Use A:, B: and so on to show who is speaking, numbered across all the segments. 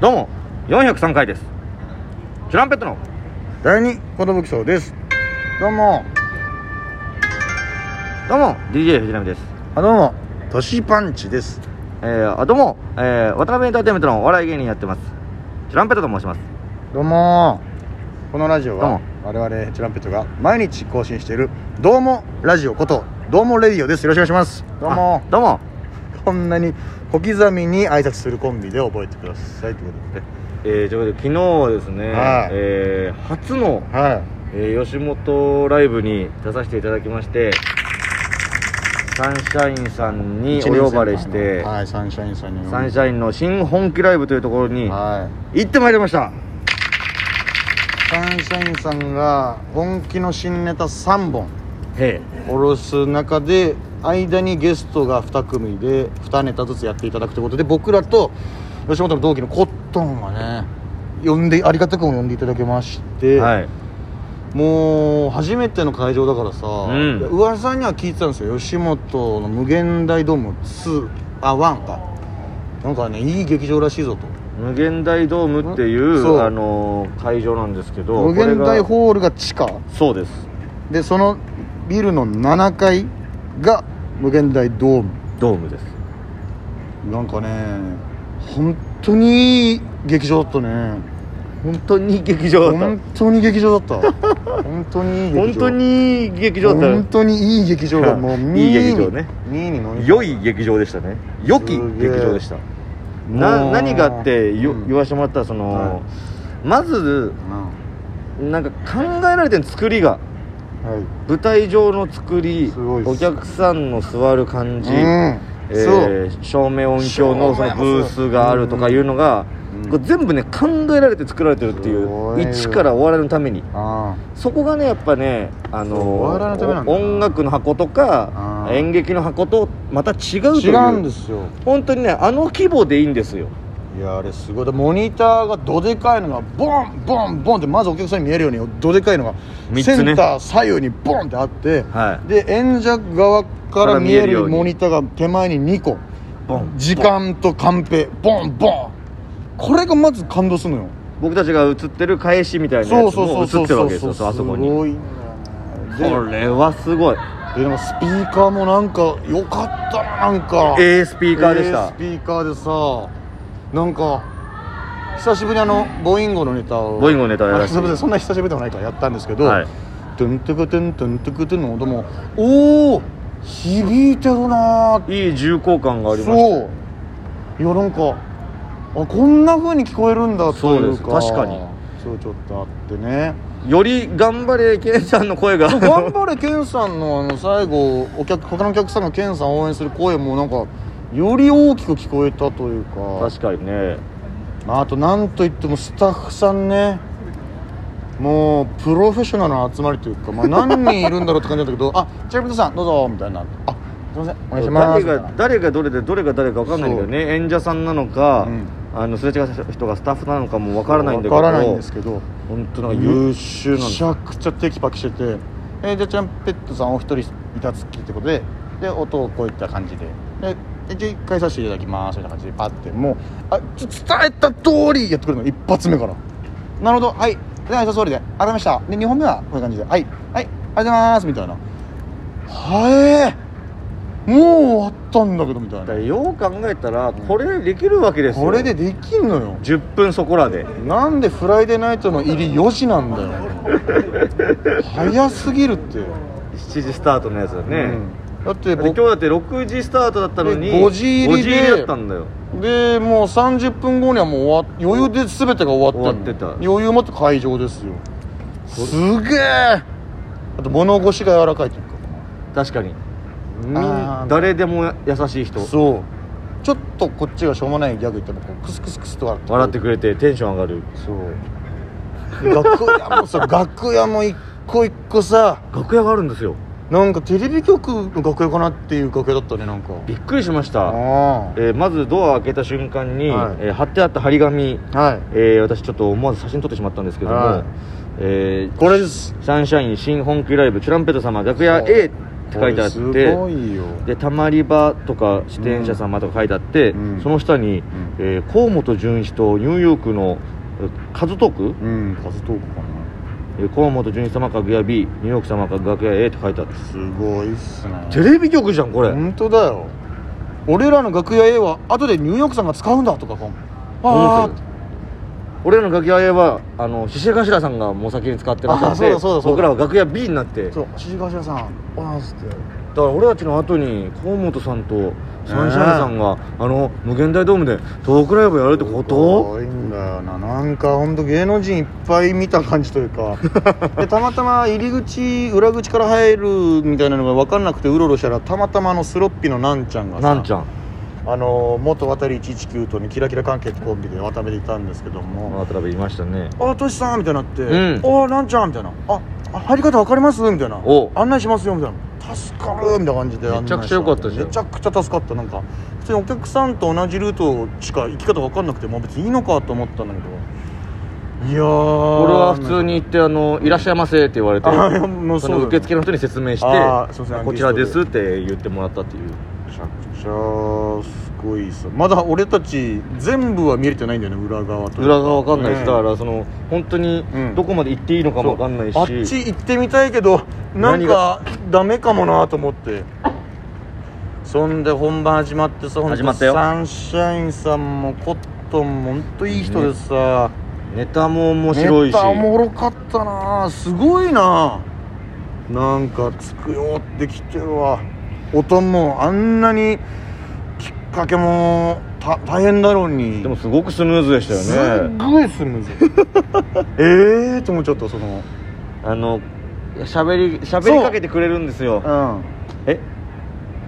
A: どうも403回ですチュランペットの
B: 第二コトブキソウですどうも
A: どうも DJ 藤波です
B: あどうもトシパンチです
A: えー、あどうも、えー、渡辺エンターテインメントのお笑い芸人やってますチュランペットと申します
B: どうもこのラジオ
A: どうも
B: は我々チュランペットが毎日更新しているどうもラジオことどうもレディオですよろしくお願いしますどうも
A: あどうも
B: こんなに小刻みに挨拶するコンビで覚えてくださいというこ
A: えー、ということで昨日はですね、
B: はい
A: えー、初の
B: と、ではい
A: えー吉本ライブに出させていただきましてサンシャインさんに
B: 一年生
A: お呼ばれして、
B: はいサンシャインさんに
A: サンシャインの新本気ライブというところに
B: はい
A: 行ってまいりました
B: サンシャインさんが本気の新ネタ3本
A: へ
B: 下ろす中で間にゲストが2組で2ネタずつやっていただくということで僕らと吉本の同期のコットンがね呼んでありがたくも呼んでいただけまして、
A: えはい
B: もう初めての会場だからさ、
A: ん
B: 噂には聞いてたんですよ吉本の無限大ドーム2あ1かなんかねいい劇場らしいぞと
A: 無限大ドームってい
B: ん
A: う
B: そう
A: あのー会場なんですけど
B: 無限
A: これ
B: 大
A: が
B: ホールが地下
A: そうです
B: でそのビルの7階が無限大ドーム
A: ドームです
B: なんかね本当にいい劇場だったね
A: 本当に劇場だっ
B: 本当に劇場だった 本当にいい
A: た
B: 劇場
A: 本当に劇場だ
B: 本
A: っ
B: 当にいい劇場 がもう
A: いい劇場ね
B: 2位に乗
A: た
B: り
A: 良い劇場でしたね良き
B: すげえ
A: 劇場でしたな
B: もう
A: 何があってよ、
B: うん
A: 言わせてもらったらその、
B: は
A: まず
B: うんは
A: なんか考えられてる作りが
B: い
A: 舞台上の作り
B: すごいっす
A: お客さんの座る感じ、え
B: うんそう
A: ー照明音響のその
B: 照明も
A: ブースがあるとかいうのが、
B: うん
A: これ全部ね考えられて作られてるってい
B: すご
A: う
B: いよ
A: 一からお笑いのために
B: あ
A: そこがねやっぱねあの
B: そうお笑いのためなんだな
A: 音楽の箱とか
B: あー
A: 演劇の箱とまた違う
B: あ
A: とい
B: 違
A: う
B: うんですよ
A: 本当にねあの規模でいいんですよ
B: いやあれすごいでモニターがどでかいのがボンボンボンってまずお客さんに見えるようにどでかいのが、
A: 三つ
B: セ
A: ね
B: ンター左右にボンってあって、
A: は
B: で演者側から見えるモニターが手前に2個
A: ボン
B: 時間とカンペボンボンこれがまず感動するのよ
A: 僕たちが映ってる返しみたいな
B: そ
A: や
B: う
A: つ
B: そうそ
A: も
B: うそ
A: 映っ
B: う
A: てる
B: そ
A: わ
B: う
A: けです
B: そ
A: よ
B: う
A: そうあそこ
B: す
A: に
B: ごいんだ
A: こ
B: よね
A: れはすごい
B: ででなんかスピーカーもなんかよかったななんか
A: ええスピーカーでし
B: ええ
A: た
B: ス、ピーカーでさなんか久しぶりにあのボインゴのネタを
A: ボインゴのネタをやらせて
B: あすいませんそんな久しぶりでもないからやったんですけど、
A: はい
B: トゥントゥクトゥントゥントゥクトゥンの音もおお響いてるなーって
A: いい重厚感がありまし
B: そういやなんかあこんなふうに聞こえるんだというか
A: そうです確かに
B: そうちょっとあってね
A: たより頑張れケンちゃんの声が
B: そう頑張れ健さんのあの最後お客他のお客さんが健さんを応援する声もなんかより大きく聞こえたという か
A: 確かにね
B: まあ、あとなんといってもスタッフさんねもうプロフェッショナルの集まりというか、まあ、何人いるんだろうって感じだったけど「あチェルミさんどうぞ」みたいな「あすいませんお願いします」
A: 誰
B: みたい
A: が
B: な
A: 誰がどれでどれが誰か分かんないんだけどね演者さんなのか、
B: うん
A: あのすれ違う人がスタッフなのかも分からないんだけど
B: わからないんですけど
A: 本当なんか優秀なん
B: め
A: です
B: ちゃくちゃテキパキしてて、えー、じゃあチャンペットさんお一人板付きってことでで音をこういった感じでででじゃあ一回させていただきますみたいな感じでパッてもうあちょ伝えた通りやってくるの一発目からなるほどはいで挨拶通りで「ありました」で2本目はこういう感じで「はいはいありがとうございます」みたいな「はえー、もう終わったんだけど」みたい
A: だか
B: な
A: らよう考えたらこれできるわけですよ
B: これでできんのよ
A: 10分そこらで
B: なんでフライデーナイトの入り4時なんだよ早すぎるって
A: 7時スタートのやつだね、
B: うんだって
A: だって今
B: 僕
A: 日だって6時スタートだったのに
B: で5時入りで
A: 5時だったんだよ
B: でもう30分後にはもう終わ余裕で全てが終わってん
A: 終
B: の
A: わってた
B: 余裕を持って会場ですよすげえあと物腰が柔らかいというか
A: 確かにみん
B: あー
A: 誰でも優しい人
B: そうちょっとこっちがしょうもないギャグ言ってもこうクスクスクスと笑って
A: 笑ってくれてテンション上がる
B: そう楽屋もさ 楽屋も一個一個さ
A: 楽屋があるんですよ
B: なんかテレビ局の楽屋かなっていう楽屋だったねなんか
A: びっくりしまし
B: あ
A: た、
B: あ
A: えーまずドア開けた瞬間に、
B: はい
A: えー貼ってあった張り紙、
B: はい
A: えー私ちょっと思わず写真撮ってしまったんですけども、
B: はい
A: えー
B: これです
A: サンシャイン新本気ライブチュランペット様楽屋 A って書いてあっ
B: これすご
A: て
B: いよ
A: でたまり場とか自転車様とか書いてあって、
B: うん
A: その下に、えー河本純一とニューヨークのえーカズトーク
B: うん、うん、数トークか
A: えー河本純一様楽屋 B ニューヨーク様楽屋 A って書いてある
B: なすごいっすね
A: テレビ局じゃんこれ、
B: 本当だよ俺らの楽屋 A は後でニューヨークさんが使うんだとかかも
A: 思
B: あ
A: って
B: ー
A: る俺らの楽屋 A はあの獅子頭さんがもう先に使ってらっしゃ
B: あ
A: っ
B: そう
A: て
B: だそうだそう
A: 僕
B: だ
A: らは楽屋 B になって
B: そう獅子頭さんああつって
A: だから俺たちの後に河本さんとサンシャインさんが、あの無限大ドームでトークライブやるってこ
B: す
A: と
B: ごいんだよななんかほんと芸能人いっぱい見た感じというか でたまたま入り口裏口から入るみたいなのが分かんなくてうろうろしたらたまたまあのスロッピーのなんちゃんがさ
A: なんちゃん
B: あの元渡り119とねキラキラ関係ってコンビで渡辺でいたんですけども
A: 渡辺いましたね
B: 「あトシさん」みたいになって
A: うん
B: 「あなんちゃん」みたいな「ああ入り方分かります?」みたいな
A: お
B: 案内しますよ」みたいな「助かる」みたいな感じで
A: めちゃくちゃ良かったじゃん
B: めちゃくちゃ助かったなんか普通にお客さんと同じルートしか行き方分かんなくてもう別にいいのかと思ったんだけどいやー
A: 俺は普通 に行ってあの「いらっしゃいませ」って言われて
B: あいやもう
A: そ
B: そうだよ
A: の受付の人に説明して
B: あーすいませ
A: 「
B: ん
A: こちらです」って言ってもらったっていう
B: めちゃくちゃすごいさまだ俺たち全部は見れてないんだよね裏側という
A: 裏が分かんないです、
B: ね
A: だからその本当に
B: うん
A: どこまで行っていいのかも分かんないし、
B: あっち行ってみたいけどなん
A: 何
B: かダメかもなと思ってそんで本番始まってさほんと
A: 始まったよ
B: サンシャインさんもコットンもほんといい人でさ、
A: ネタも面白いし
B: ネタおもろかったなすごいななんかつくよってきてるわ音もあんなにきっかけもた大変だろうに
A: でもすごくスムーズでした
B: す
A: よね
B: っごい スムーズええーと思っちゃったその
A: あの喋り喋りかけてくれるんですよ
B: うん
A: え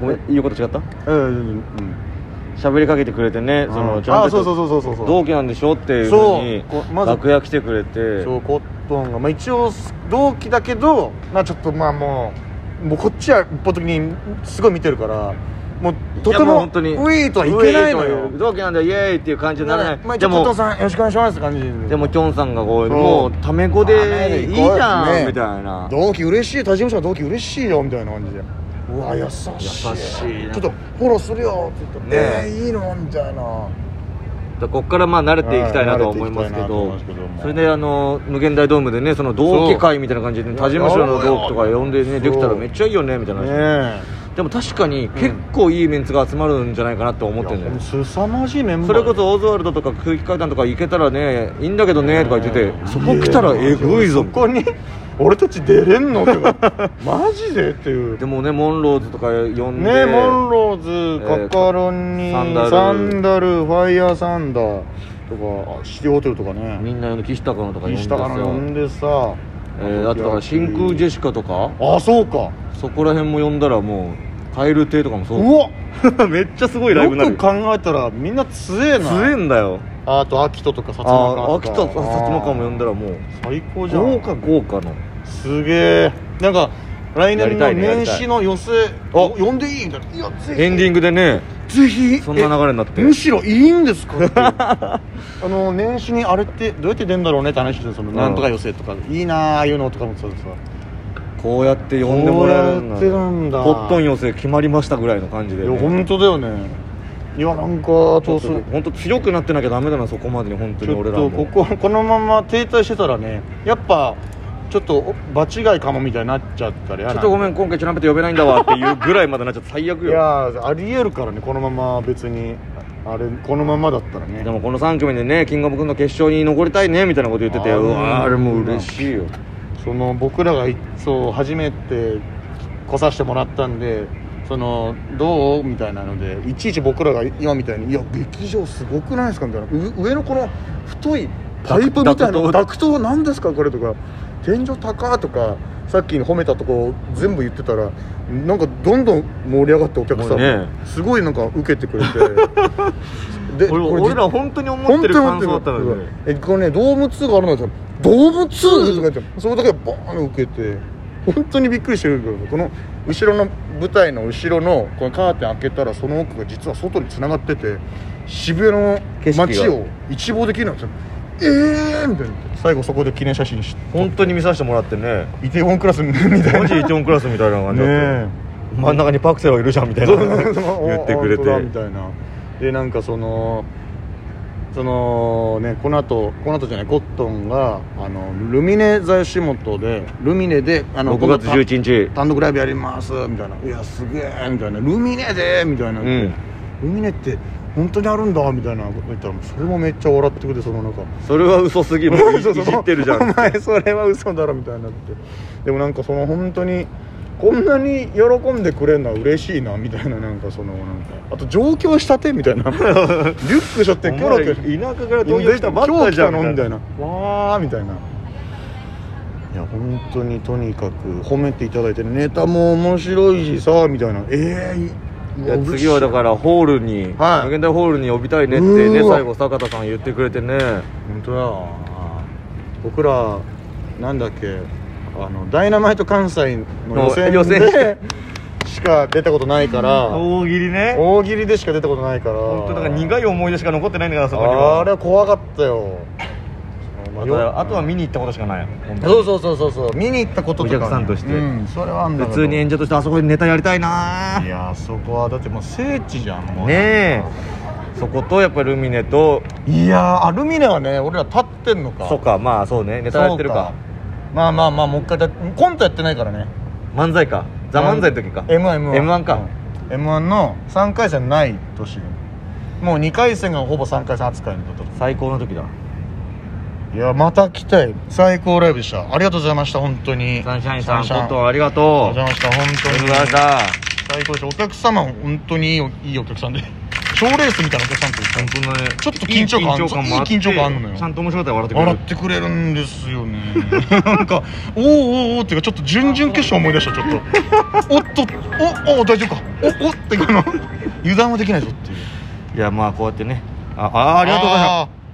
A: ごめん言うこと違った
B: うん
A: 喋りかけてくれてねそのちゃん
B: あそうそう
A: と
B: そうそうそうそう
A: 同期なんでしょっていう
B: そ
A: の
B: う
A: に
B: こまず
A: 楽屋来てくれて
B: そうコットンが、まあ、一応同期だけどまあちょっとまあもうもうこっちは一方的にすごい見てるからもうとて
A: いやもう
B: も
A: 本当に
B: ウィーとはいけないのよ
A: ウェイとは同期なんだよイエーイっていう感じになら
B: ま
A: な
B: あ、
A: いで
B: でもコットン
A: も
B: さんよろしくお願いしますって感じ
A: でもきょんさんがこう
B: そう
A: もうタメ語でいいじゃんみたいな
B: 同期嬉しい他事務所の同期嬉しいよみたいな感じでうわ優しい
A: 優しいな
B: ちょっとフォローするよって言って、
A: ね
B: えーいいのみたいな
A: だからこっからまあ慣れていきたいなとは思いますけ
B: はい慣
A: ど
B: れていきたいなと思いますけども
A: それであの無限大ドームでねその同期会みたいな感じで他事務所の同期とか呼んで
B: そう
A: ねできたらめっちゃいいよねみたいな話
B: ね
A: でも確かに結構いいメンツが集まるんじゃないかなと思
B: え
A: ってるんだよね
B: すさまじいメンバー
A: それこそオズワルドとか空気階段とか行けたらねいいんだけどねとか言っててそこ来たらえぐいぞ
B: そこに俺たち出れん のってかマジでっていう
A: でもねモンローズとか呼んで
B: ねモンローズ
A: えー
B: カカロニ、
A: サンダル
B: サンダルファイヤーサンダーとかあシティホテルとかね
A: みんな呼んで岸高野とか呼んで
B: 西
A: さ
B: 高野呼んでさ
A: えーあとだから真空ジェシカとか
B: あそうか
A: そこら辺も呼んだらもう蛙亭とかもそう
B: う わ
A: めっちゃすごいライ
B: よ
A: ブになる
B: く考えたらみんな強えな
A: 強えんだよ
B: あと秋人とか薩摩
A: あ
B: 川
A: あ秋田薩摩川も呼んだらもう
B: 最高じゃん
A: 豪華豪華の
B: すげえなんか来
A: や
B: 年
A: りた
B: の
A: いねやりたい
B: 年始の寄せ
A: お
B: 呼んでいいみたいないやぜひ
A: エンディングでね
B: ぜひ
A: そんな流れになって
B: えむしろいいんで すかってあの年始にあれってどうやって出んだろうねって話してたその
A: うん
B: なんとか寄せとかいいなああいうのとかもそうさ
A: こうやって呼んでもらえるんだ
B: こうやってなんだ
A: コットン寄せ決まりましたぐらいの感じ
B: い
A: で、
B: や
A: ね、
B: 本当だよねいやなんかそうす
A: 本当強くなってなきゃダメだなそこまでに本当
B: ち
A: に
B: ょっ
A: 俺らも
B: とこここのまま停滞してたらねやっぱちょっとお場違いかもみたいになっちゃったら
A: ち
B: や
A: ょ
B: な
A: っとごめん今回チュランペット呼べないんだわっていうぐらいまでなっちゃって最悪
B: い
A: よ
B: やーありえるからねこのまま別にあれこのままだったらね
A: でもこの3組でねキングオブコント決勝に残りたいねみたいなこと言ってて
B: あー
A: うわーあれもう嬉しいよ
B: その僕らがいそう初めて来させてもらったんでそのどうみたいなのでいちいち僕らが今みたいに「いや劇場すごくないですか?」みたいなう上のこの太いパイプみた
A: ダ
B: い
A: ク
B: な
A: ト
B: ダクトなんですかこれとか天井高とかさっき褒めたとこ全部言ってたらなんかどんどん盛り上がってお客さんも、
A: もうね
B: すごいなんか受けてくれ て
A: 俺
B: でこれ
A: 俺ら本当に思ってる感想だったのに
B: えこれねドーム2があるのよドーム 2? とか言ってそれだけバーン受けて本当にびっくりしてるけどこの後ろの舞台の後ろのこのカーテン開けたらその奥が実は外に繋がってて渋谷の
A: 景色が
B: 街を一望できるんですよえーみたいな最後そこで記念写真し
A: 本当に見させてもらってね
B: イテウォンクラスみたいな
A: マジイチョンクラスみたいな感じだったよ
B: ね
A: 真ん中にパクセロいるじゃん みたいな 言ってくれ
B: お本当だみ
A: て
B: たいなでなんかそのそのねこの後この後じゃないコットンがあのルミネ在吉本でルミネであの
A: 6月11日
B: 単独ライブやりますみたいな「いやすげえ」みたいな「ルミネで」みたいな、
A: うん
B: ルミネって本当にあるんだみたいなこと言ったらそれもめっちゃ笑ってくれてその中
A: それは嘘すぎもういいじってるじゃ
B: お
A: ん
B: 前それは嘘だろみたいになってでもなんかその本当にこんなに喜んでくれるのは嬉しいなみたいななんかそのなんかあと上京したてみたいなリュックしょってキョロキョロ
A: 田舎から東京来たばっかじゃん
B: 今日来たのみたい
A: な
B: なわーみたいないや本当にとにかく褒めていただいてネタも面白いしさみたいなええ
A: いや次はだ
B: ら
A: からホールに
B: はい
A: 無限大ホールに呼びたいねってね
B: うーわ
A: 最後坂田さん言ってくれてね
B: 本当だ僕らなんだっけあのダイナマイト関西の予選で
A: 予選で
B: しか出たことないから
A: 大喜利ね
B: 大喜利でしか出たことないから
A: 本当だから苦い思い出しか残ってないんだからそこには
B: あれは怖かったよ
A: ま
B: よ
A: たあとは見に行ったことしかない本当に
B: そうそうそうそうそう見に行ったこととかね
A: お客さんとして
B: うんそれはあんだけ
A: 普
B: ど
A: 通に演者としてあそこでネタやりたいない
B: やあそこはだってもう聖地じゃんもう
A: ねえそことやっぱりルミネと
B: いやあアルミネはね俺ら立ってんのか
A: そっかまあそうねネタやってるか
B: そうまあまあまあもう一回だコントやってないからね
A: 漫才かザ・漫才の時か
B: m 1 m 1
A: M1 か
B: m 1の3回戦ない年もう2回戦がほぼ3回戦扱いのこと
A: 最高の時だ
B: いやまた来たい最高ライブでしたありがとうございました本当に
A: サンシャインさんコ
B: サン
A: ッ
B: シャ
A: ト
B: イン
A: ンありがとう
B: ありがとうございました本
A: ありがとう
B: 当に
A: ございました
B: 最高でしたお客様も本当にいいおいいお客さんで賞レースみたいなお客さんと
A: 本当だね
B: ちょっと緊張感あ
A: い
B: ん
A: い緊張感もあって
B: いい緊張感あんのよ
A: ちゃんと面白かったら笑ってくれ
B: 笑
A: る
B: ってくれるんですよ ねなんかおーおーおーっていうかちょっと準々決勝思い出したちょっとおっとおお大丈夫かおおってこの油断はできないぞっていう
A: いやまあこうやってねああーありがとうございました
B: あー